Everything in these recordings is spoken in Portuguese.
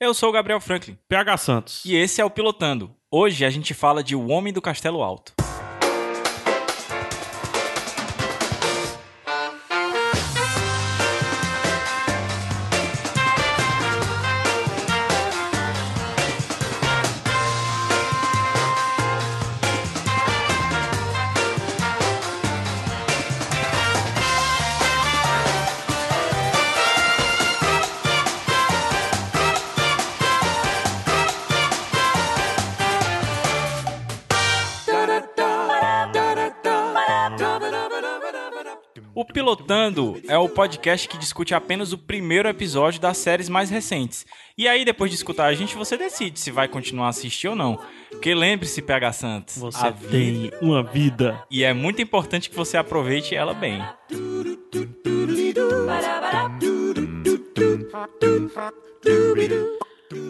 Eu sou o Gabriel Franklin PH Santos. e esse é o Pilotando. Hoje a gente fala de O Homem do Castelo Alto. O Pilotando é o podcast que discute apenas o primeiro episódio das séries mais recentes. E aí, depois de escutar a gente, você decide se vai continuar a assistir ou não. Porque lembre-se, PH Santos, Você a vida- tem uma vida. E é muito importante que você aproveite ela bem.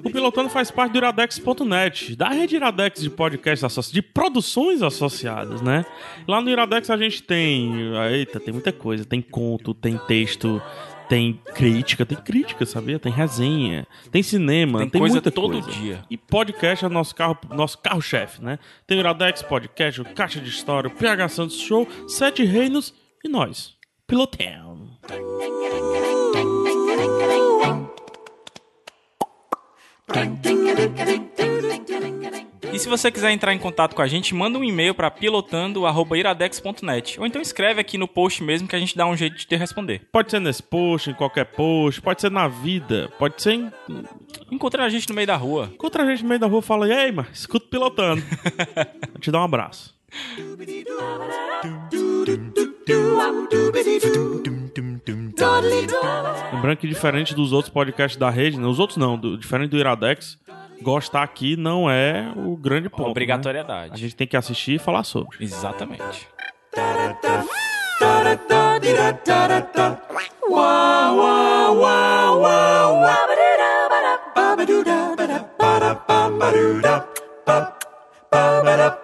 O Pilotando faz parte do Iradex.net, da rede Iradex de podcasts associados, de produções associadas, né? Lá no Iradex a gente tem. Eita, tem muita coisa. Tem conto, tem texto, tem crítica, tem crítica, sabia? Tem resenha, tem cinema, Tem tem, coisa muita todo coisa. dia. E podcast é o nosso carro, nosso carro-chefe, né? Tem o Iradex Podcast, o Caixa de História, o PH Santos Show, Sete Reinos e nós. Pilotão. E se você quiser entrar em contato com a gente, manda um e-mail para pilotando@iradex.net ou então escreve aqui no post mesmo que a gente dá um jeito de te responder. Pode ser nesse post, em qualquer post, pode ser na vida, pode ser em. Encontra a gente no meio da rua. Encontra a gente no meio da rua e fala, e aí, mano, escuta o pilotando. Vou te dar um abraço. Lembrando que diferente dos outros podcasts da rede, né? Os outros não, do- diferente do Iradex, gostar aqui não é o grande ponto. né? Obrigatoriedade. A gente tem que assistir e falar sobre. Exatamente. Galera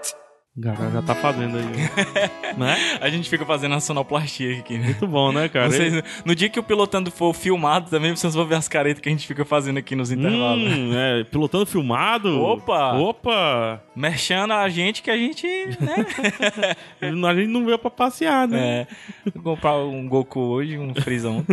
já tá fazendo aí. né? A gente fica fazendo a sonoplastia aqui, né? Muito bom, né, cara? Vocês- no dia que o pilotando for filmado também, vocês vão ver as caretas que a gente fica fazendo aqui nos intervalos. Hum, é, pilotando filmado. tá Opa! Opa! Mexendo a gente que a gente, né? A gente não veio pra passear, né? é, vou comprar um Goku hoje, um Freezão.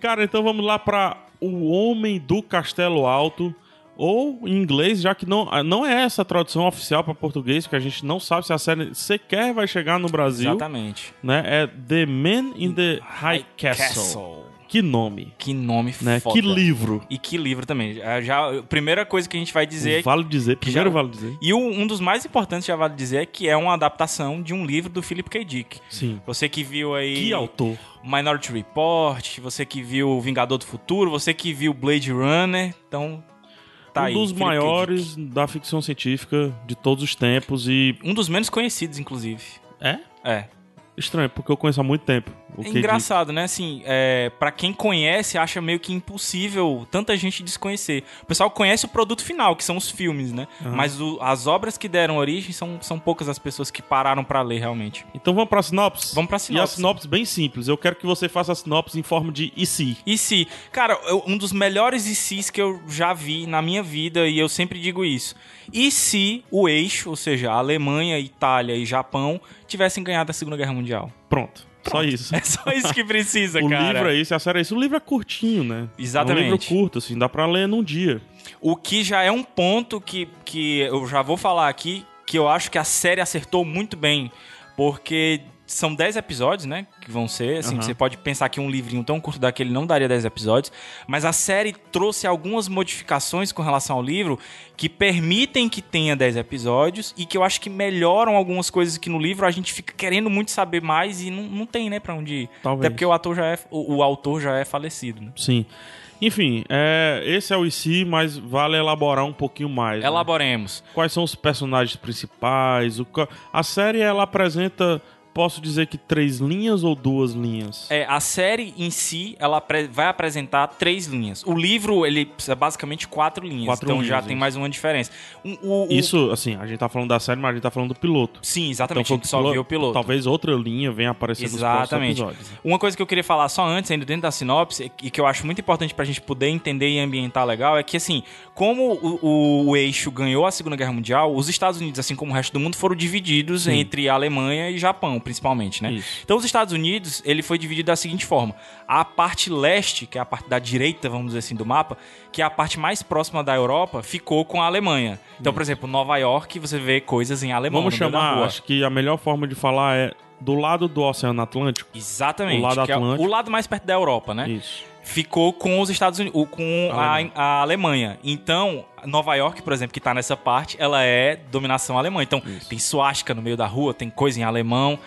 Cara, então vamos lá pra O Homem do Castelo Alto, ou em inglês, já que não, não é essa a tradução oficial pra português, porque a gente não sabe se a série sequer vai chegar no Brasil, Exatamente. né? É The Man in the High Castle. Que nome, Que nome né? foda. Que livro. E que livro também. É, Já, a primeira coisa que a gente vai dizer. é que- Vale dizer, primeiro já- vale dizer. E o- um dos mais importantes, já vale dizer, é que é uma adaptação de um livro do Philip K. Dick. Sim. Você que viu aí. Que autor. Minority Report, você que viu o Vingador do Futuro, você que viu Blade Runner, então tá um aí. dos Philip K. Dick. maiores da ficção científica de todos os tempos e... Um dos menos conhecidos, inclusive. É? É. Estranho, porque eu conheço há muito tempo. O É K. Dick. engraçado, né? Assim, é, para quem conhece, acha meio que impossível tanta gente desconhecer. O pessoal conhece o produto final, que são os filmes, né? Mas o- as obras que deram origem são, são poucas as pessoas que pararam pra ler realmente. Então vamos pra sinopse? Vamos pra E a sinopse. sinopse bem simples. Eu quero que você faça a sinopse em forma de e se. E se, cara, eu- um dos melhores e se's que eu já vi na minha vida e eu sempre digo isso. E se o eixo, ou seja, a Alemanha, Itália e Japão tivessem ganhado a Segunda Guerra Mundial? Pronto. Só isso. É só isso que precisa, o cara. livro é isso, a série é isso. O livro é curtinho, né? Exatamente. É um livro curto, assim, dá pra ler num dia. O que já é um ponto que, que eu já vou falar aqui, que eu acho que a série acertou muito bem. Porque são 10 episódios, né? Que vão ser. Assim, Aham. Você pode pensar que um livrinho tão curto daquele não daria 10 episódios. Mas a série trouxe algumas modificações com relação ao livro que permitem que tenha 10 episódios e que eu acho que melhoram algumas coisas que no livro a gente fica querendo muito saber mais e não, não tem, né, pra onde ir. Talvez. Até porque o ator já é. O, o autor já é falecido, né? Sim. Enfim, é, esse é o e se, mas vale elaborar um pouquinho mais. né? Elaboremos. Quais são os personagens principais? o ca- A série ela apresenta posso dizer que três linhas ou duas linhas? É, a série em si, ela apre- vai apresentar três linhas. O livro, ele é basicamente quatro linhas. Quatro então já linhas, tem isso. mais uma diferença. Um- o- o- Isso, assim, a gente tá falando da série, mas a gente tá falando do piloto. Sim, exatamente. a gente só pilo- viu Então o piloto. Talvez outra linha venha aparecer Exatamente. nos próximos episódios. Uma coisa que eu queria falar só antes, ainda dentro da sinopse, e que eu acho muito importante pra gente poder entender e ambientar legal, é que, assim, como o, o- o eixo ganhou a Segunda Guerra Mundial, os Estados Unidos, assim como o resto do mundo, foram divididos entre Alemanha e Japão, principalmente, né? Isso. Então, os Estados Unidos, ele foi dividido da seguinte forma. A parte leste, que é a parte da direita, vamos dizer assim, do mapa, que é a parte mais próxima da Europa, ficou com a Alemanha. Então, por exemplo, Nova York, você vê coisas em alemão Hum. no Vamos meio da chamar, rua. acho que a melhor forma de falar é do lado do Oceano Atlântico. Exatamente. O lado que é Atlântico. o lado mais perto da Europa, né? Isso. ficou com os Estados Unidos, ou com a, Alemanha. a Alemanha. Então, Nova York, por exemplo, que tá nessa parte, ela é dominação alemã. Então, Isso. tem suástica no meio da rua, tem coisa em alemão.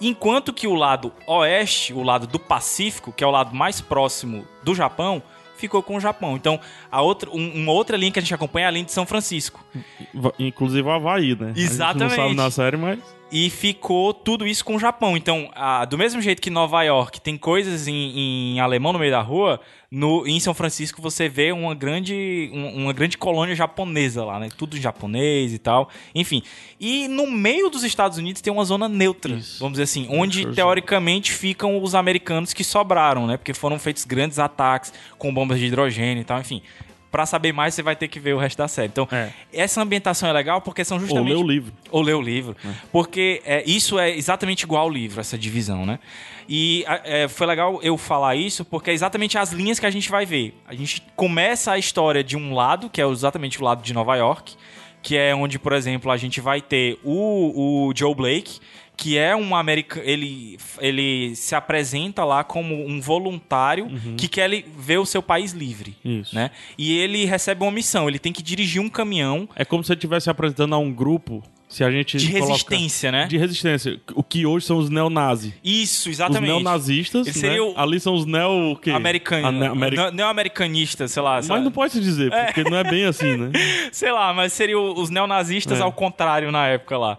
Enquanto que o lado oeste, o lado do Pacífico, que é o lado mais próximo do Japão, ficou com o Japão. Então, a outra, um- uma outra linha que a gente acompanha é a linha de São Francisco. Va- Inclusive o Havaí, né? A Exatamente. gente não sabe na série, mas. E ficou tudo isso com o Japão. Então, ah, do mesmo jeito que Nova York tem coisas em, em alemão no meio da rua, no, em São Francisco você vê uma grande, um- uma grande colônia japonesa lá, né? Tudo em japonês e tal. Enfim. E no meio dos Estados Unidos tem uma zona neutra, Isso. vamos dizer assim, onde Neutral zone. teoricamente ficam os americanos que sobraram, né? Porque foram feitos grandes ataques com bombas de hidrogênio e tal, enfim. Pra saber mais, você vai ter que ver o resto da série. Então, É. essa ambientação é legal porque são Ou justamente lê o livro. ou ler o livro, porque é, isso é exatamente igual ao livro, essa divisão, né? E a- é, foi legal eu falar isso, porque é exatamente as linhas que a gente vai ver. A gente começa a história de um lado, que é exatamente o lado de Nova York, que é onde, por exemplo, a gente vai ter o, o Joe Blake, que é um americano. Ele, ele se apresenta lá como um voluntário que quer li- ver o seu país livre. Isso. Né? E ele recebe uma missão, ele tem que dirigir um caminhão É como se ele estivesse apresentando a um grupo. Se a gente. de coloca- resistência, né? De resistência. O que hoje são os neonazis. Isso, Os exatamente. neonazistas. Ele seria né? o- Ali são os neo. O quê? Americano. A ne- ameri- Ne- Neo-americanista, sei lá. sei Mas lá. não pode se dizer, porque não é bem assim, né? Sei lá, mas seria o- os neonazistas É. ao contrário na época lá.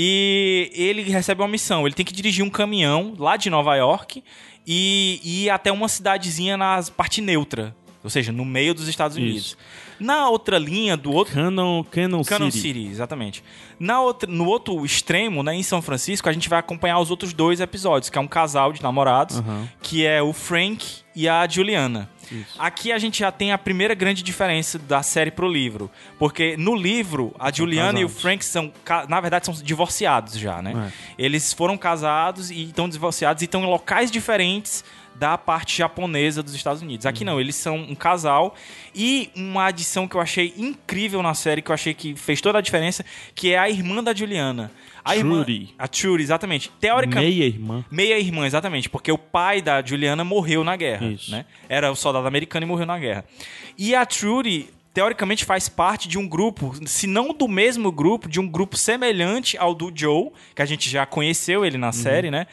E ele recebe uma missão. Ele tem que dirigir um caminhão lá de Nova York e e ir até uma cidadezinha na parte neutra. Ou seja, no meio dos Estados Isso. Unidos. Na outra linha do outro Canon, Canon, Canon City. City, exatamente. Na outra, no outro extremo, né, em São Francisco, a gente vai acompanhar os outros dois episódios, que é um casal de namorados, Aham. que é o Frank e a Juliana. Isso. Aqui a gente já tem a primeira grande diferença da série pro livro, porque no livro É um a Juliana e o casados. Frank são, ca- na verdade, são divorciados já, né? Eles foram casados e estão divorciados e estão em locais diferentes da parte japonesa dos Estados Unidos. Aqui não, eles são um casal e uma adição que eu achei incrível na série, que eu achei que fez toda a diferença, que é a irmã da Juliana. A irmã, Trudy. a Trudy, exatamente. Teoricamente Meia irmã. Meia irmã, Uhum. exatamente, porque o pai da Juliana morreu na guerra, Isso. né? Era um soldado americano e morreu na guerra. E a Trudy teoricamente faz parte de um grupo, se não do mesmo grupo, de um grupo semelhante ao do Joe, que a gente já conheceu ele na série, né?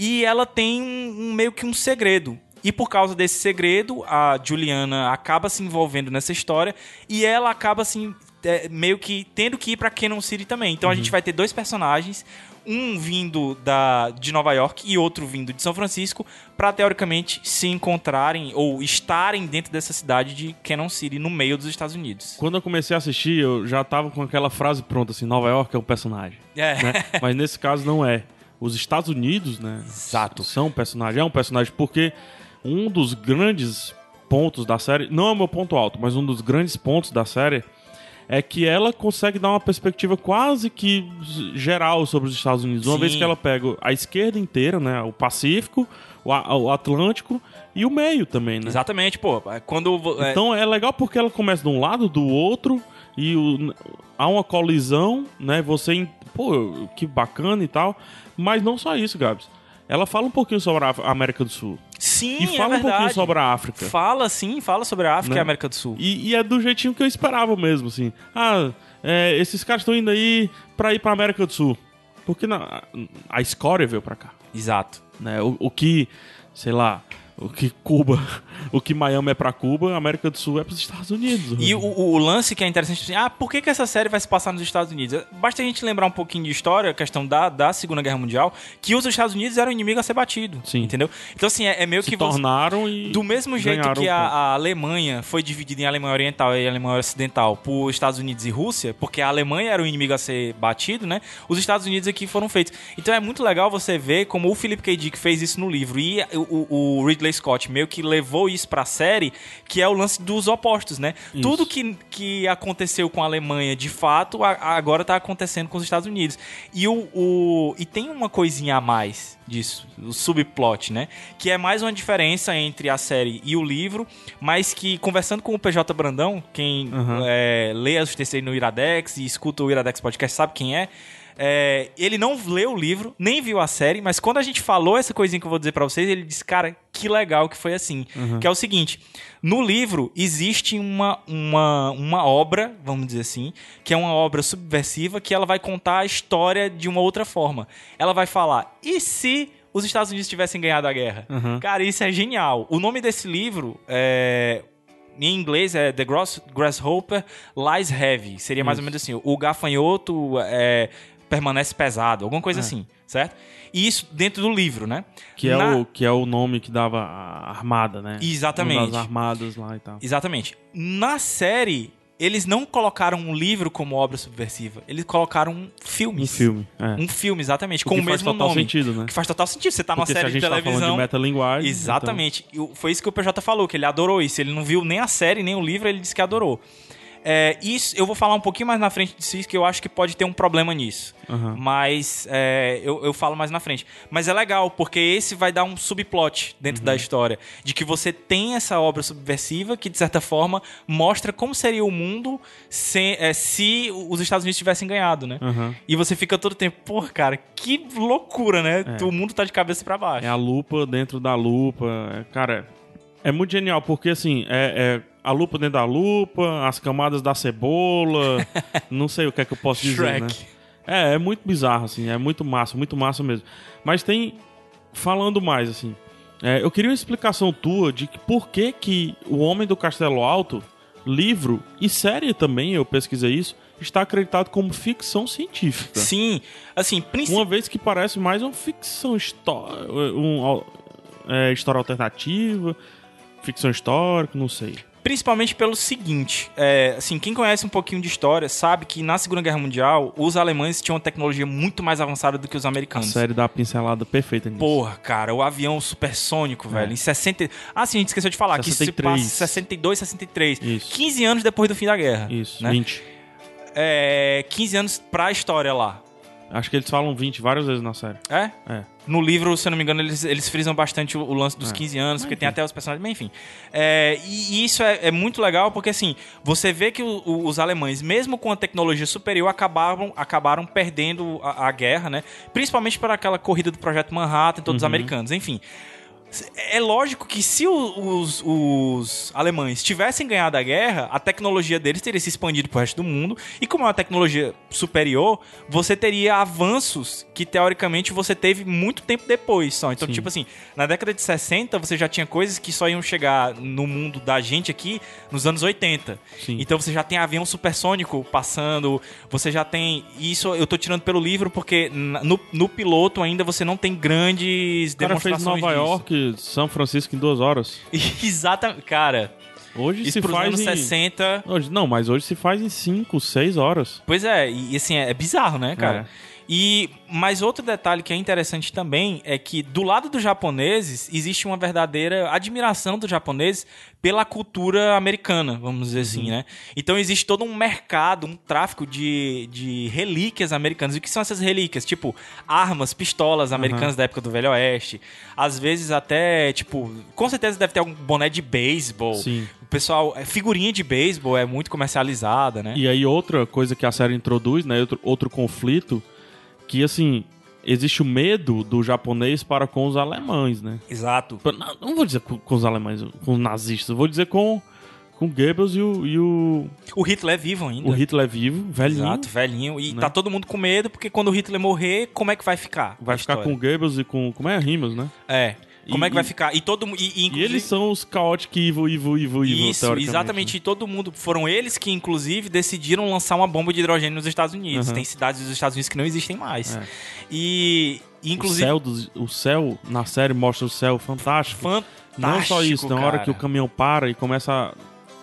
E ela tem um, um meio que um segredo. E por causa desse segredo, a Juliana acaba se envolvendo nessa história e ela acaba se é, meio que tendo que ir pra Canon City também. Então a gente vai ter dois personagens, um vindo da, de Nova York e outro vindo de São Francisco, pra teoricamente se encontrarem ou estarem dentro dessa cidade de Canon City, no meio dos Estados Unidos. Quando eu comecei a assistir, eu já tava com aquela frase pronta, assim, Nova York é o personagem. É. né? Mas nesse caso não é. Os Estados Unidos, né? Exato. São um personagem, é um personagem, porque um dos grandes pontos da série, não é o meu ponto alto, mas um dos grandes pontos da série é que ela consegue dar uma perspectiva quase que geral sobre os Estados Unidos. Uma Sim. vez que ela pega a esquerda inteira, né? O Pacífico, o, A- o Atlântico e o meio também, né? Exatamente, pô. Quando. vo- é, Então é legal porque ela começa de um lado, do outro, e o- há uma colisão, né? Você. en- Pô, que bacana e tal. Mas não só isso, Gabs. Ela fala um pouquinho sobre a Af- a América do Sul. sim, E fala é um pouquinho verdade. sobre a África. Fala sim, fala sobre a África Né? e a América do Sul. E, e é do jeitinho que eu esperava mesmo, assim. Ah, é, esses caras estão indo aí pra ir pra América do Sul. Porque na- a escória veio pra cá. Exato. né? O, o que, sei lá, o que Cuba, o que Miami é pra Cuba, a América do Sul é pros Estados Unidos. E o, o lance que é interessante, assim, ah, por que, que essa série vai se passar nos Estados Unidos? Basta a gente lembrar um pouquinho de história, a questão da, da Segunda Guerra Mundial, que os Estados Unidos eram o inimigo a ser batido, Sim. entendeu? Então, assim, é, é meio se que... você- tornaram e do mesmo jeito ganharam que o a, ponto. a Alemanha foi dividida em Alemanha Oriental e Alemanha Ocidental por Estados Unidos e Rússia, porque a Alemanha era o inimigo a ser batido, né? Os Estados Unidos aqui foram feitos. Então é muito legal você ver como o Philip K. Dick fez isso no livro e o, o- o Ridley Scott meio que levou isso pra série, que é o lance dos opostos, né? Tudo que, que aconteceu com a Alemanha de fato a- agora tá acontecendo com os Estados Unidos. E, o, o- e tem uma coisinha a mais disso, o subplot, né? Que é mais uma diferença entre a série e o livro, mas que conversando com o PJ Brandão, quem Aham. é, lê as TC no Iradex e escuta o Iradex Podcast sabe quem é. É, ele não leu o livro, nem viu a série, mas quando a gente falou essa coisinha que eu vou dizer pra vocês, ele disse, cara, que legal que foi assim. Que é o seguinte, no livro existe uma, uma, uma obra, vamos dizer assim, que é uma obra subversiva, que ela vai contar a história de uma outra forma. Ela vai falar, e se os Estados Unidos tivessem ganhado a guerra? Uhum. Cara, isso é genial. O nome desse livro é. Em inglês é The Gross, Grasshopper Lies Heavy. Seria mais ou menos assim: o gafanhoto é, permanece pesado, alguma coisa assim, certo? E isso dentro do livro, né? É. que é Na- o que é o nome que dava a armada, né? Exatamente. Uma das armadas lá e tal. Exatamente. Na série, eles não colocaram um livro como obra subversiva, eles colocaram Um filmes. filme, é. Um filme, exatamente, O com que o faz mesmo total nome. sentido, né? Que faz total sentido. Você tá numa Porque se a série gente de tá falando de televisão. metalinguagem... então- Exatamente. E o- Foi isso que o PJ falou, que ele adorou isso. Ele não viu nem a série, nem o livro, ele disse que adorou. É, isso eu vou falar um pouquinho mais na frente disso, que eu acho que pode ter um problema nisso. então- Aham. Mas é, eu, eu falo mais na frente. Mas é legal, porque esse vai dar um subplot dentro Uhum. da história. De que você tem essa obra subversiva que, de certa forma, mostra como seria o mundo se, é, se os Estados Unidos tivessem ganhado, né? Aham. E você fica todo tempo, pô, cara, que loucura, né? O mundo tá de cabeça pra baixo. É a lupa dentro da lupa. É, Cara, é muito genial, porque assim, é, é a lupa dentro da lupa, as camadas da cebola, não sei o que é que eu posso dizer, Shrek. né? É, é muito bizarro, assim, é muito massa, muito massa mesmo. Mas tem, falando mais, assim, é, eu queria uma explicação tua de que por que que O Homem do Castelo Alto, livro e série também, eu pesquisei isso, está acreditado como ficção científica. Sim, assim, princi- Uma vez que parece mais uma ficção histórica. Um, é, história alternativa, ficção histórica, não sei. principalmente pelo seguinte, é, assim, quem conhece um pouquinho de história sabe que na Segunda Guerra Mundial os alemães tinham uma tecnologia muito mais avançada do que os A americanos. série dá uma pincelada perfeita nisso. Porra, cara, o avião É. supersônico, velho, em 60... Ah, sim, a gente esqueceu de falar, que isso 63. se passa em 62, 63, Isso. 15 anos depois do fim da guerra. Isso, né? 20. É, 15 anos pra história lá, Acho que eles falam 20 várias vezes na série. é? É. No livro, se eu não me engano, eles, eles frisam bastante o, o lance dos É. 15 anos, porque Mas tem enfim. até os personagens. Mas enfim. É, e, e isso é, é muito legal, porque assim, você vê que o- o- os alemães, mesmo com a tecnologia superior, acabaram, acabaram perdendo a, a guerra, né? Principalmente por aquela corrida do Projeto Manhattan, todos os Uhum. americanos, enfim. S- É lógico que se o- os, os alemães tivessem ganhado a guerra, a tecnologia deles teria se expandido pro resto do mundo. E como é uma tecnologia superior, você teria avanços que teoricamente você teve muito tempo depois só. Então, Sim. tipo assim, na década de 60 você já tinha coisas que só iam chegar no mundo da gente aqui nos anos 80. Sim. Então você já tem avião supersônico passando, você já tem. Isso eu tô tirando pelo livro porque na- no, no piloto ainda você não tem grandes o cara fez demonstrações. Nova disso. York, São Francisco em duas horas. Exatamente. Cara, Hoje isso se pros faz anos em... 60. Hoje, não, mas hoje se faz em 5, 6 horas. Pois é, e e assim, é, é bizarro, né, cara? É. E mas outro detalhe que é interessante também é que do lado dos japoneses existe uma verdadeira admiração dos japoneses pela cultura americana, vamos dizer Uhum. assim, né? Então existe todo um mercado, um tráfico de, de relíquias americanas. E o que são essas relíquias? Tipo, armas, pistolas americanas Uhum. da época do Velho Oeste. Às vezes até, tipo, com certeza deve ter algum boné de beisebol. Sim. O pessoal, é, figurinha de beisebol é muito comercializada, né? E aí outra coisa que a série introduz, né, outro, outro conflito, que assim, existe o medo do japonês para com os alemães, né? Exato. Não, não vou dizer com, com os alemães, com os nazistas, vou dizer com com Goebbels e o, e o, O Hitler é vivo ainda. o Hitler vivo, velhinho. Exato, velhinho. E Né? tá todo mundo com medo, porque quando o Hitler morrer, como é que vai ficar? Vai a ficar história? com o Goebbels e com. Como é? Rimas, né? É. Como E- é que vai e- ficar? E todo mu- e, e, E inclusive- eles são os Chaotic Evil, Evil, Evil, Evil, Isso, teoricamente, né? exatamente. E todo mundo. Foram eles que, inclusive, decidiram lançar uma bomba de hidrogênio nos Estados Unidos. Uhum. Tem cidades dos Estados Unidos que não existem mais. É. E, e, inclusive. O céu, dos- o céu, na série mostra o céu fantástico. Fantástico. Não só isso, na hora cara. que o caminhão para e começa, a,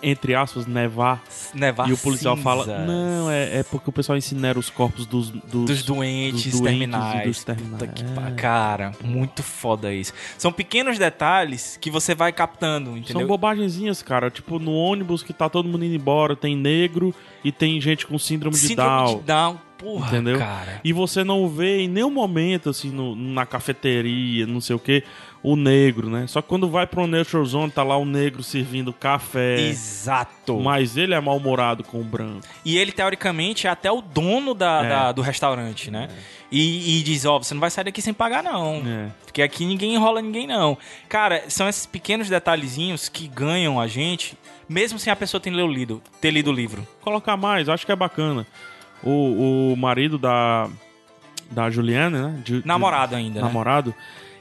entre aspas, nevar. Nevar e o policial fala: cinzas Não, é, é porque o pessoal incinera os corpos dos, dos, Dos doentes, dos doentes e terminais. dos terminais. Puta que É. pa- Cara, muito foda isso. São pequenos detalhes que você vai captando, São entendeu? bobagenzinhas, cara. Tipo, no ônibus que tá todo mundo indo embora, tem negro e tem gente com síndrome de Síndrome Down. de Down. Porra, Entendeu? cara. E você não vê em nenhum momento, assim, no- na cafeteria, não sei o que, o negro, né? Só que quando vai pro Neutral Zone, tá lá o negro servindo café. Exato. Mas ele é mal-humorado com o branco. E ele, teoricamente, é até o dono da, É. da- do restaurante, né? E, e diz, ó, você não vai sair daqui sem pagar, não. É. Porque aqui ninguém enrola ninguém, não. Cara, são esses pequenos detalhezinhos que ganham a gente, mesmo sem a pessoa ter leu lido- ter lido o livro. Colocar mais, acho que é bacana. O, o marido da, da Juliana, né? Ju- Namorado ainda, né? Ju- namorado,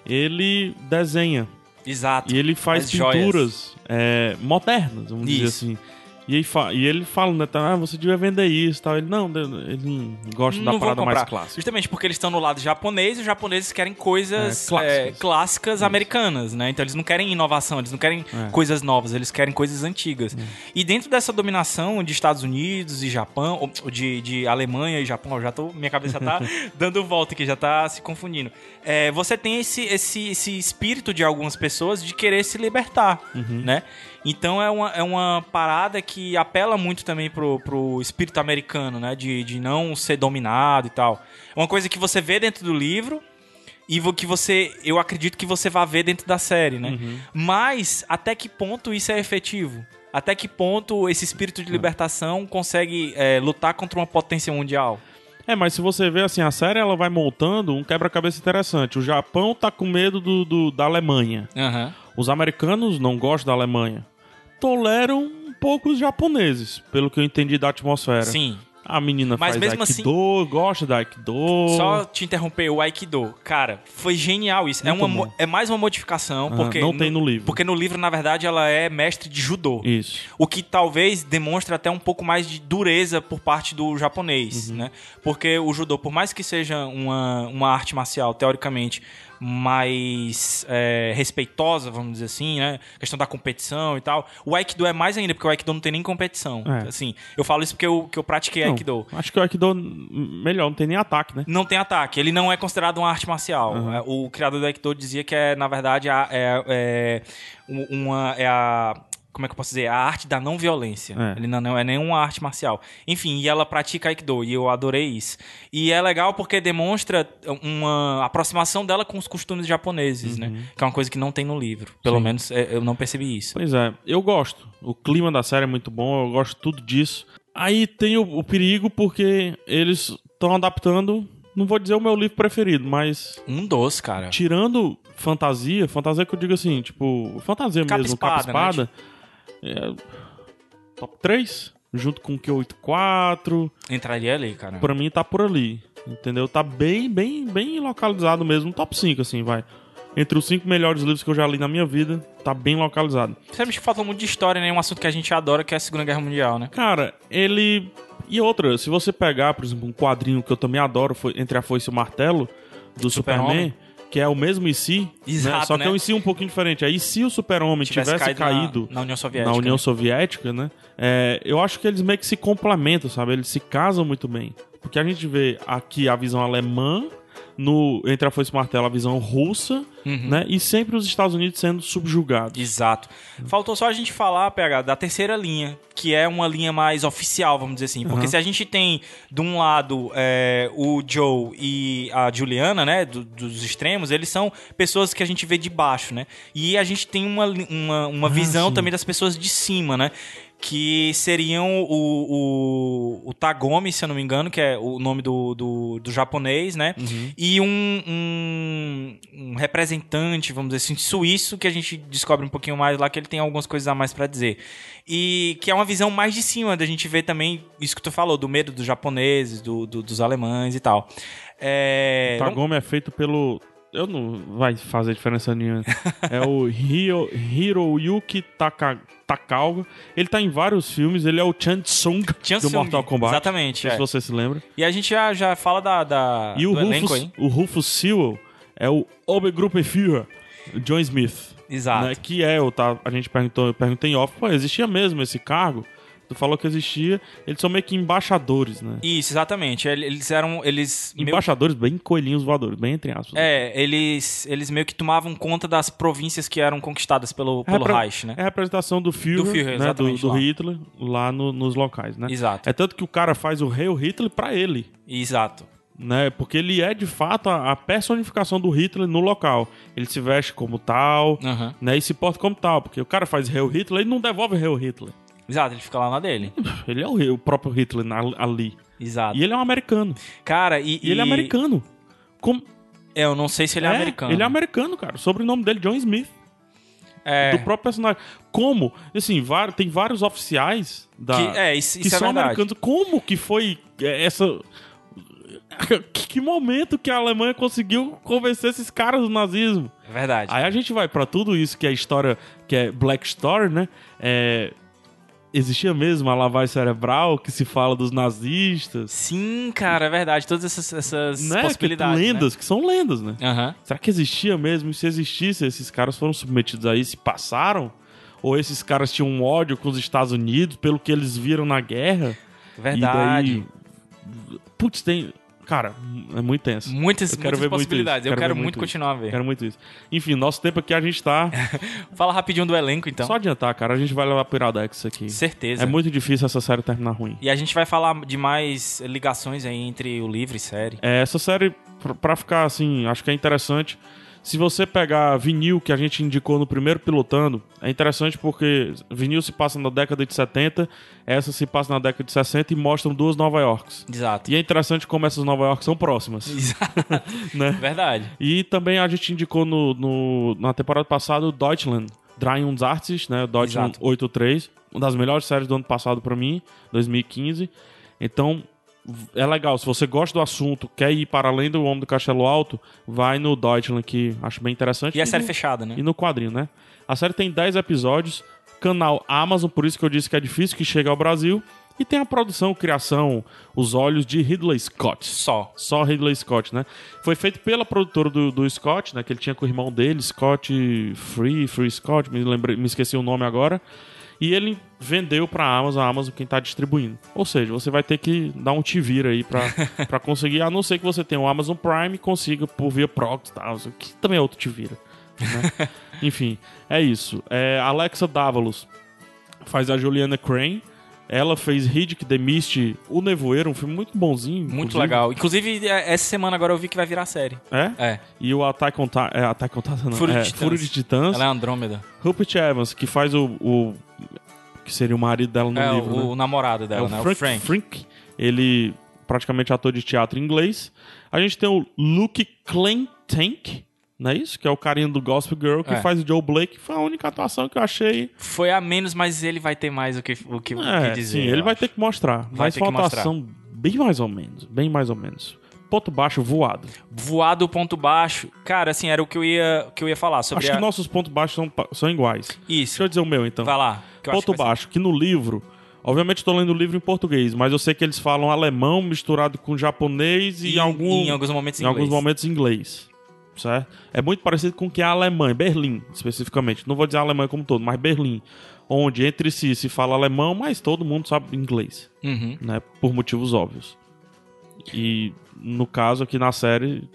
ele desenha. Exato. E ele faz As joias. pinturas é, modernas, vamos dizer Isso. assim. E, aí fa- e ele fala, né? tá, Ah, você devia vender isso tal. Ele, não, ele gosta da vou parada mais comprar. clássica. Justamente porque eles estão no lado japonês e os japoneses querem coisas É, clássicas. é, clássicas americanas, né? Então eles não querem inovação, eles não querem É. coisas novas, eles querem coisas antigas. E dentro dessa dominação de Estados Unidos e Japão, ou ou de, de Alemanha e Japão, eu já tô, minha cabeça já tá dando volta aqui, já tá se confundindo. É, você tem esse, esse, esse espírito de algumas pessoas de querer se libertar, né? Então é uma, é uma parada que apela muito também pro, pro espírito americano, né? De, de não ser dominado e tal. É uma coisa que você vê dentro do livro e vo- que você, eu acredito que você vai ver dentro da série, né? Mas até que ponto isso é efetivo? Até que ponto esse espírito de libertação consegue é, lutar contra uma potência mundial? É, mas se você vê assim, a série ela vai montando um quebra-cabeça interessante. O Japão tá com medo do, do- da Alemanha. Os americanos não gostam da Alemanha. Toleram um pouco os japoneses, pelo que eu entendi da atmosfera. Sim. A menina Mas faz mesmo assim- Aikido, gosta da Aikido. Só te interromper, o Aikido. Cara, foi genial isso. É, Muito uma, mo- bom. é mais uma modificação, Aham, porque. não tem no livro. Porque no livro, na verdade, ela é mestre de judô. Isso. O que talvez demonstre até um pouco mais de dureza por parte do japonês, Uhum. né? Porque o judô, por mais que seja uma, uma arte marcial, teoricamente, mais é, respeitosa, vamos dizer assim, né? Questão da competição e tal. O Aikido é mais ainda, porque o Aikido não tem nem competição. É. Assim, eu falo isso porque eu, que eu pratiquei Não, Aikido. Acho que o Aikido hum, melhor, não tem nem ataque, né? Não tem ataque, ele não é considerado uma arte marcial. Uhum. É, O criador do Aikido dizia que é, na verdade, a- é, é um- uma. É a. Como é que eu posso dizer? A arte da não violência. É. Ele não, não é nenhuma arte marcial. Enfim, e ela pratica Aikido, e eu adorei isso. E é legal porque demonstra uma aproximação dela com os costumes japoneses, né? Que é uma coisa que não tem no livro. Pelo Uhum. Sim. menos é, eu não percebi isso. Pois é, eu gosto. O clima da série é muito bom, eu gosto tudo disso. Aí tem o, o perigo porque eles estão adaptando, não vou dizer o meu livro preferido, mas Um doce, cara. tirando fantasia, fantasia que eu digo assim, tipo, fantasia Capa mesmo, espada, né, capa-espada, é, top 3, junto com o Q84, Entraria ali, cara. pra mim tá por ali, entendeu? Tá bem, bem, bem localizado mesmo, top 5 assim, vai. Entre os 5 melhores livros que eu já li na minha vida, tá bem localizado. Sempre falta muito de história, né? Um assunto que a gente adora, que é a Segunda Guerra Mundial, né? Cara, ele. E outra, se você pegar, por exemplo, um quadrinho que eu também adoro, foi Entre a Foice e o Martelo, do Superman, Super-Homem. que é o mesmo IC, Exato, né? só que né? é um IC um pouquinho diferente. Aí se o Super-Homem tivesse, caído, na, na União na, Soviética. União né? Soviética, né? É, eu acho que eles meio que se complementam, sabe? Eles se casam muito bem. Porque a gente vê aqui a visão alemã, no Entre a Foice e o Martelo a visão russa, Uhum. né? E sempre os Estados Unidos sendo subjugados. Exato. Hum. Faltou só a gente falar, PH, da terceira linha, que é uma linha mais oficial, vamos dizer assim. Porque Uhum. se a gente tem, de um lado, é, o Joe e a Juliana, né, do- dos extremos, eles são pessoas que a gente vê de baixo, né? E a gente tem uma, li- uma, uma Ah, visão sim. também das pessoas de cima, né? Que seriam o, o, o Tagomi, se eu não me engano, que é o nome do, do, do japonês, né? Uhum. e um, um- um representante, vamos dizer assim, suíço, que a gente descobre um pouquinho mais lá, que ele tem algumas coisas a mais pra dizer. E que é uma visão mais de cima, da gente ver também isso que tu falou, do medo dos japoneses, do, do- dos alemães e tal. É, O Tagome é feito pelo Eu não vai fazer diferença nenhuma. é o Hiro, Hiroyuki Taka, Takao. Ele tá em vários filmes, ele é o Chan Tsung Chan do Tsung, Mortal Kombat. exatamente, Não sei é. se você se lembra. E a gente já, já fala da, da- E o do elenco, Rufus, hein? o Rufus Sewell é o Obergruppenführer, o John Smith. Exato. né, que é, o tá, a gente perguntou, eu perguntei em off, pô, existia mesmo esse cargo? Tu falou que existia, eles são meio que embaixadores, né? Isso, exatamente. Ele- Eles eram. Eles. meio- Embaixadores bem coelhinhos voadores, bem entre aspas. é, eles, eles meio que tomavam conta das províncias que eram conquistadas pelo, É pelo repre- Reich, né? É a representação do Führer, Do Führer, né, do, exatamente, do lá. Hitler, lá no- nos locais, né? Exato. É tanto que o cara faz o rei o Hitler pra ele, Exato. né? Porque ele é, de fato, a, a personificação do Hitler no local. Ele se veste como tal, Aham. né? E se porta como tal, porque o cara faz rei o Hitler e não devolve rei o Hitler. Exato, ele fica lá na dele. Ele é o, rei, o próprio Hitler na- ali. Exato. E ele é um americano. Cara, e. E ele é e- americano. Como... É, eu não sei se ele é, americano. Ele é americano, cara. O sobrenome dele, John Smith. É. Do próprio personagem. Como? Assim, var- tem vários oficiais da... Que- é, isso- que isso é são verdade. americanos. Como que foi é, essa... Que, que momento que a Alemanha conseguiu convencer esses caras do nazismo? É verdade. Aí a gente vai pra tudo isso que é história, que é Black Story, né? É, existia mesmo a lavagem cerebral que se fala dos nazistas, Sim, cara, é verdade. Todas essas, essas né? Que, possibilidades. né? lendas, que são lendas, né? Aham. Será que existia mesmo? E se existisse, esses caras foram submetidos a isso e passaram? Ou esses caras tinham um ódio com os Estados Unidos pelo que eles viram na guerra? Verdade. E daí... Putz, tem... Cara, é muito tenso. Muitas, Eu quero muitas ver muito possibilidades. isso, eu quero ver muito isso. continuar a ver. Quero muito isso. Enfim, nosso tempo aqui a gente tá... Fala rapidinho do elenco, então. Só adiantar, cara, a gente vai levar Piradex aqui. Certeza. É muito difícil essa série terminar ruim. E a gente vai falar de mais ligações aí entre o livro e série. É, essa série, pra- pra ficar assim, acho que é interessante. Se você pegar vinil que a gente indicou no primeiro pilotando, é interessante porque vinil se passa na década de 70, essa se passa na década de 60 e mostram duas Nova Yorks. Exato. E é interessante como essas Nova Yorks são próximas, Exato. né? Verdade. E também a gente indicou no, no- na temporada passada o Deutschland, Drei und Artes, né? Deutschland Exato. 83, uma das melhores séries do ano passado pra mim, 2015. Então, v- é legal, se você gosta do assunto, quer ir para além do Homem do Castelo Alto, vai no Deutschland, que acho bem interessante. E a série no, fechada, né? e no quadrinho, né? A série tem 10 episódios, canal Amazon, por isso que eu disse que é difícil que chegue ao Brasil. E tem a produção, criação, os olhos de Ridley Scott. Só. Só Ridley Scott, né? Foi feito pela produtora do, do Scott, né? Que ele tinha com o irmão dele, Scott Free, Free Scott, me, lembrei, me esqueci o nome agora. E ele vendeu pra Amazon, a Amazon quem tá distribuindo. Ou seja, você vai ter que dar um te vira aí pra, pra conseguir, a não ser que você tenha o Amazon Prime e consiga por via Prox, tá? que também é outro te vira. né? Enfim, é isso. É, Alexa Dávalos faz a Juliana Crane. Ela fez Riddick, The Mist, O Nevoeiro, um filme muito bonzinho. Muito inclusive. legal. Inclusive, é- essa semana agora eu vi que vai virar série. É? É. E o Attack on Titan. É, Attack on Titan, não. Fúria de é, Titãs. Fúria de Titãs. Ela é Andrômeda. Rupert Evans, que faz o, o- que seria o marido dela no é livro. o, né? o namorado É dela, o né? Frank, O Frank. Frank. Ele, praticamente ator de teatro inglês. A gente tem o Luke Clentank, não é isso? Que é o carinha do Gospel Girl, que É. faz o Joe Blake. Foi a única atuação que eu achei. Foi a menos, mas ele vai ter mais o que, o que, o É, que dizer. sim, eu ele vai acho. ter que mostrar. mas ter foi que uma mostrar. atuação bem mais ou menos. Bem mais ou menos. Ponto baixo voado. Voado ponto baixo. Cara, assim, era o que eu ia, que eu ia falar sobre Acho a- que nossos pontos baixos são, pa- são iguais. Deixa Isso. eu dizer o meu então. Vai lá. que eu acho Ponto que vai ser- baixo, que no livro. Obviamente eu tô lendo o livro em português, mas eu sei que eles falam alemão misturado com japonês e, Em- algum, em alguns momentos em inglês. alguns momentos inglês. Certo? É muito parecido com o que é a Alemanha, Berlim, especificamente. Não vou dizer a Alemanha como um todo, mas Berlim. Onde entre si se fala alemão, mas todo mundo sabe inglês, Uhum. né? Por motivos óbvios. E no caso aqui na série,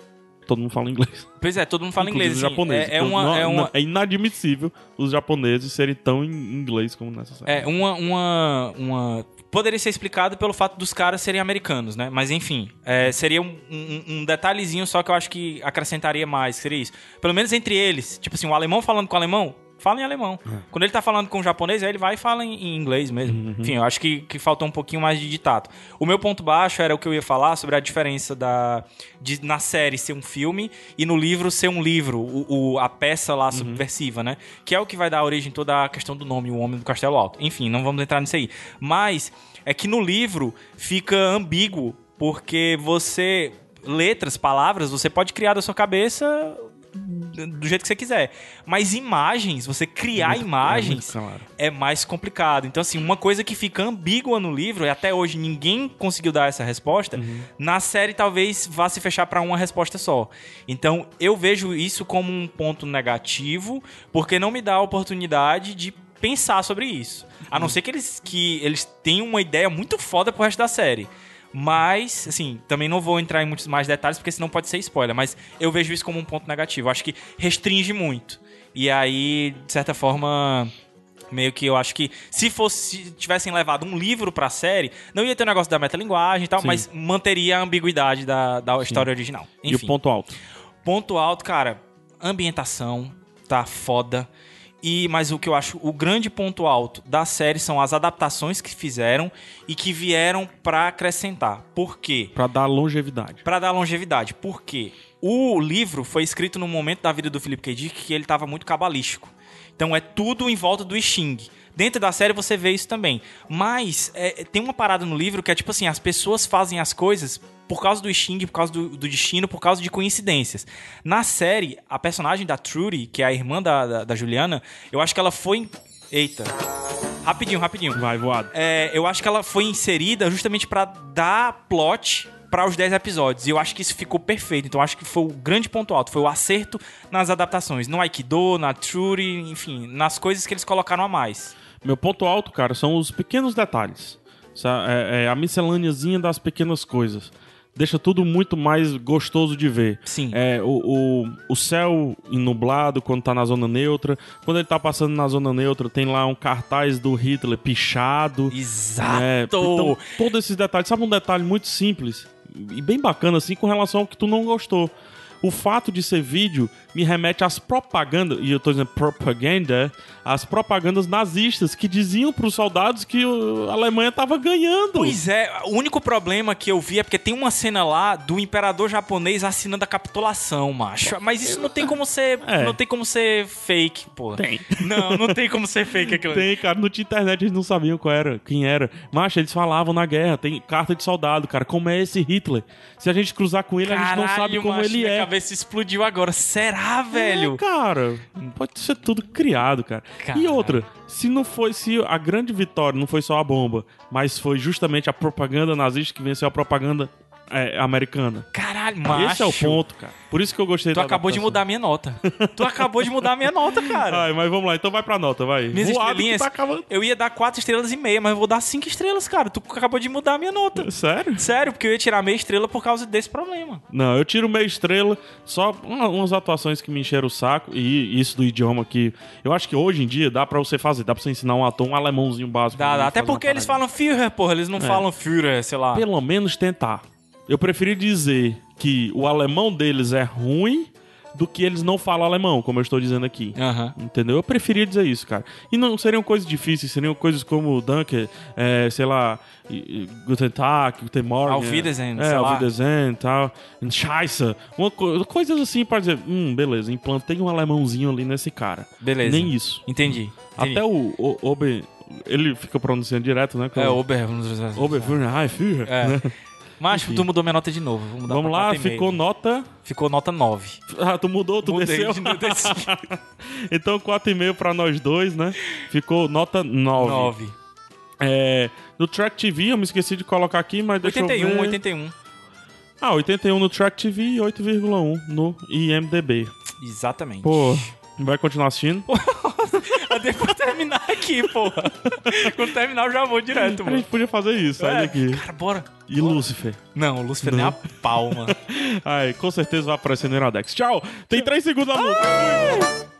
todo mundo fala inglês. Pois é, todo mundo fala Inclusive inglês. os assim. japoneses. É, é Então, uma, não- é uma- não- é inadmissível os japoneses serem tão em inglês como nessa série. É, uma, uma, uma. Poderia ser explicado pelo fato dos caras serem americanos, né? Mas enfim, é, seria um, um- um detalhezinho só que eu acho que acrescentaria mais, seria isso. Pelo menos entre eles. Tipo assim, o alemão falando com o alemão, fala em alemão. Quando ele tá falando com o japonês, aí ele vai e fala em, em inglês mesmo. Enfim, eu acho que, que faltou um pouquinho mais de ditado. O meu ponto baixo era o que eu ia falar sobre a diferença da de na série ser um filme e no livro ser um livro, o, o- a peça Uhum. lá subversiva, né? Que é o que vai dar origem toda a questão do nome, o Homem do Castelo Alto. Enfim, não vamos entrar nisso aí. Mas é que no livro fica ambíguo, porque você letras, palavras, você pode criar da sua cabeça do jeito que você quiser. Mas imagens, você criar Muito- imagens é muito claro. é mais complicado. Então, assim, uma coisa que fica ambígua no livro, e até hoje ninguém conseguiu dar essa resposta, na série talvez vá se fechar para uma resposta só. Então, eu vejo isso como um ponto negativo, porque não me dá a oportunidade de pensar sobre isso. A não ser que eles, que eles tenham uma ideia muito foda pro resto da série. Mas, assim, também não vou entrar em muitos mais detalhes, porque senão pode ser spoiler. Mas eu vejo isso como um ponto negativo. Acho que restringe muito. E aí, de certa forma, Meio que eu acho que se fosse se tivessem levado um livro pra série, não ia ter o negócio da metalinguagem e tal, Sim. mas manteria a ambiguidade da, da história original. E Enfim, o ponto alto. ponto alto, cara, ambientação tá foda. E mas o que eu acho o grande ponto alto da série são as adaptações que fizeram e que vieram pra acrescentar. Por quê? Pra dar longevidade. Pra dar longevidade. Por quê? O livro foi escrito num momento da vida do Philip K. Dick que ele tava muito cabalístico. Então é tudo em volta do I Ching. Dentro da série você vê isso também. Mas é, tem uma parada no livro que é tipo assim, as pessoas fazem as coisas por causa do I Ching, por causa do, do destino, por causa de coincidências. Na série, a personagem da Trudy, que é a irmã da, da, da Juliana, eu acho que ela foi... Eita. Rapidinho, rapidinho. Vai, voado. É, eu acho que ela foi inserida justamente pra dar plot pra os 10 episódios. E eu acho que isso ficou perfeito. Então eu acho que foi o grande ponto alto, foi o acerto nas adaptações, no Aikido, na Trudy, enfim, nas coisas que eles colocaram a mais. Meu ponto alto, cara, são os pequenos detalhes. Sa- É, é a miscelâneazinha das pequenas coisas. Deixa tudo muito mais gostoso de ver. Sim. É, o, o, o céu nublado quando tá na zona neutra. Quando ele tá passando na zona neutra, tem lá um cartaz do Hitler pichado. Exato. É, então, todos esses detalhes. Sabe um detalhe muito simples e bem bacana, assim, com relação ao que tu não gostou? O fato de ser vídeo me remete às propagandas, e eu tô dizendo propaganda, às propagandas nazistas que diziam pros soldados que uh, a Alemanha tava ganhando. Pois é, o único problema que eu vi é porque tem uma cena lá do imperador japonês assinando a capitulação, macho. Mas isso não tem como ser, É. não tem como ser fake, pô. Tem. Não, não tem como ser fake aquilo. Tem, cara, não tinha internet, eles não sabiam qual era, quem era. Mas eles falavam na guerra, tem carta de soldado, cara, como é esse Hitler? Se a gente cruzar com ele, a gente não sabe como macho, ele minha é. cabeça explodiu agora. Será, velho? É, cara, pode ser tudo criado, cara. Cara. E outra, se não foi, se a grande vitória não foi só a bomba, mas foi justamente a propaganda nazista que venceu a propaganda é, americana. Caralho, macho. Esse é o ponto, cara. Por isso que eu gostei Tu da acabou de mudar adaptação. a minha nota. Tu acabou de mudar a minha nota, cara. Ai, mas vamos lá, então vai pra nota, vai. Minhas Voado que estrelinhas, tá acabando. eu ia dar quatro estrelas e meia, mas eu vou dar cinco estrelas, cara. Tu acabou de mudar a minha nota. Sério? Sério, porque eu ia tirar meia estrela por causa desse problema. Não, eu tiro meia estrela, só uma- umas atuações que me encheram o saco, e isso do idioma que eu acho que hoje em dia dá pra você fazer, dá pra você ensinar um ator um alemãozinho básico. Dá, dá. Fazer Até uma porque eles parada. falam Führer, porra. Eles não falam Führer, sei lá. É. pelo menos tentar. Eu preferi dizer que o alemão deles é ruim do que eles não falam alemão, como eu estou dizendo aqui. Aham. Entendeu? Eu preferia dizer isso, cara. E não seriam coisas difíceis, seriam coisas como Dunker, é, sei lá, e- e Guten Tag, Guten Morgen. Auf Wiedersehen, é, sei lá. Auf Wiedersehen e tal. Und Scheiße. Uma co- coisas assim pra dizer, hum, beleza, implantei um alemãozinho ali nesse cara. Beleza. Nem isso. Entendi. entendi. Até o, o Ober, ele fica pronunciando direto, né? É, o Ober. Ober, Führer, É. né? Macho, tu mudou minha nota de novo. Vou mudar Vamos pra lá, quatro e meia. ficou nota. Ficou nota 9. Ah, tu mudou, tu desceu. então 4,5 pra nós dois, né? Ficou nota 9. 9. É, no Track TV, eu me esqueci de colocar aqui, mas deixa eu 81, ver. 81. Ah, 81 no Track TV e 8,1 no IMDB. Exatamente. Pô, vai continuar assistindo? Até pra terminar aqui, porra. Quando terminar, eu já vou direto, A mano. gente podia fazer isso, sai É, daqui. Cara, bora. E Lúcifer. Não, o Lúcifer nem a palma. Ai, com certeza vai aparecer no Iradex. Tchau! Tem 3 segundos a música.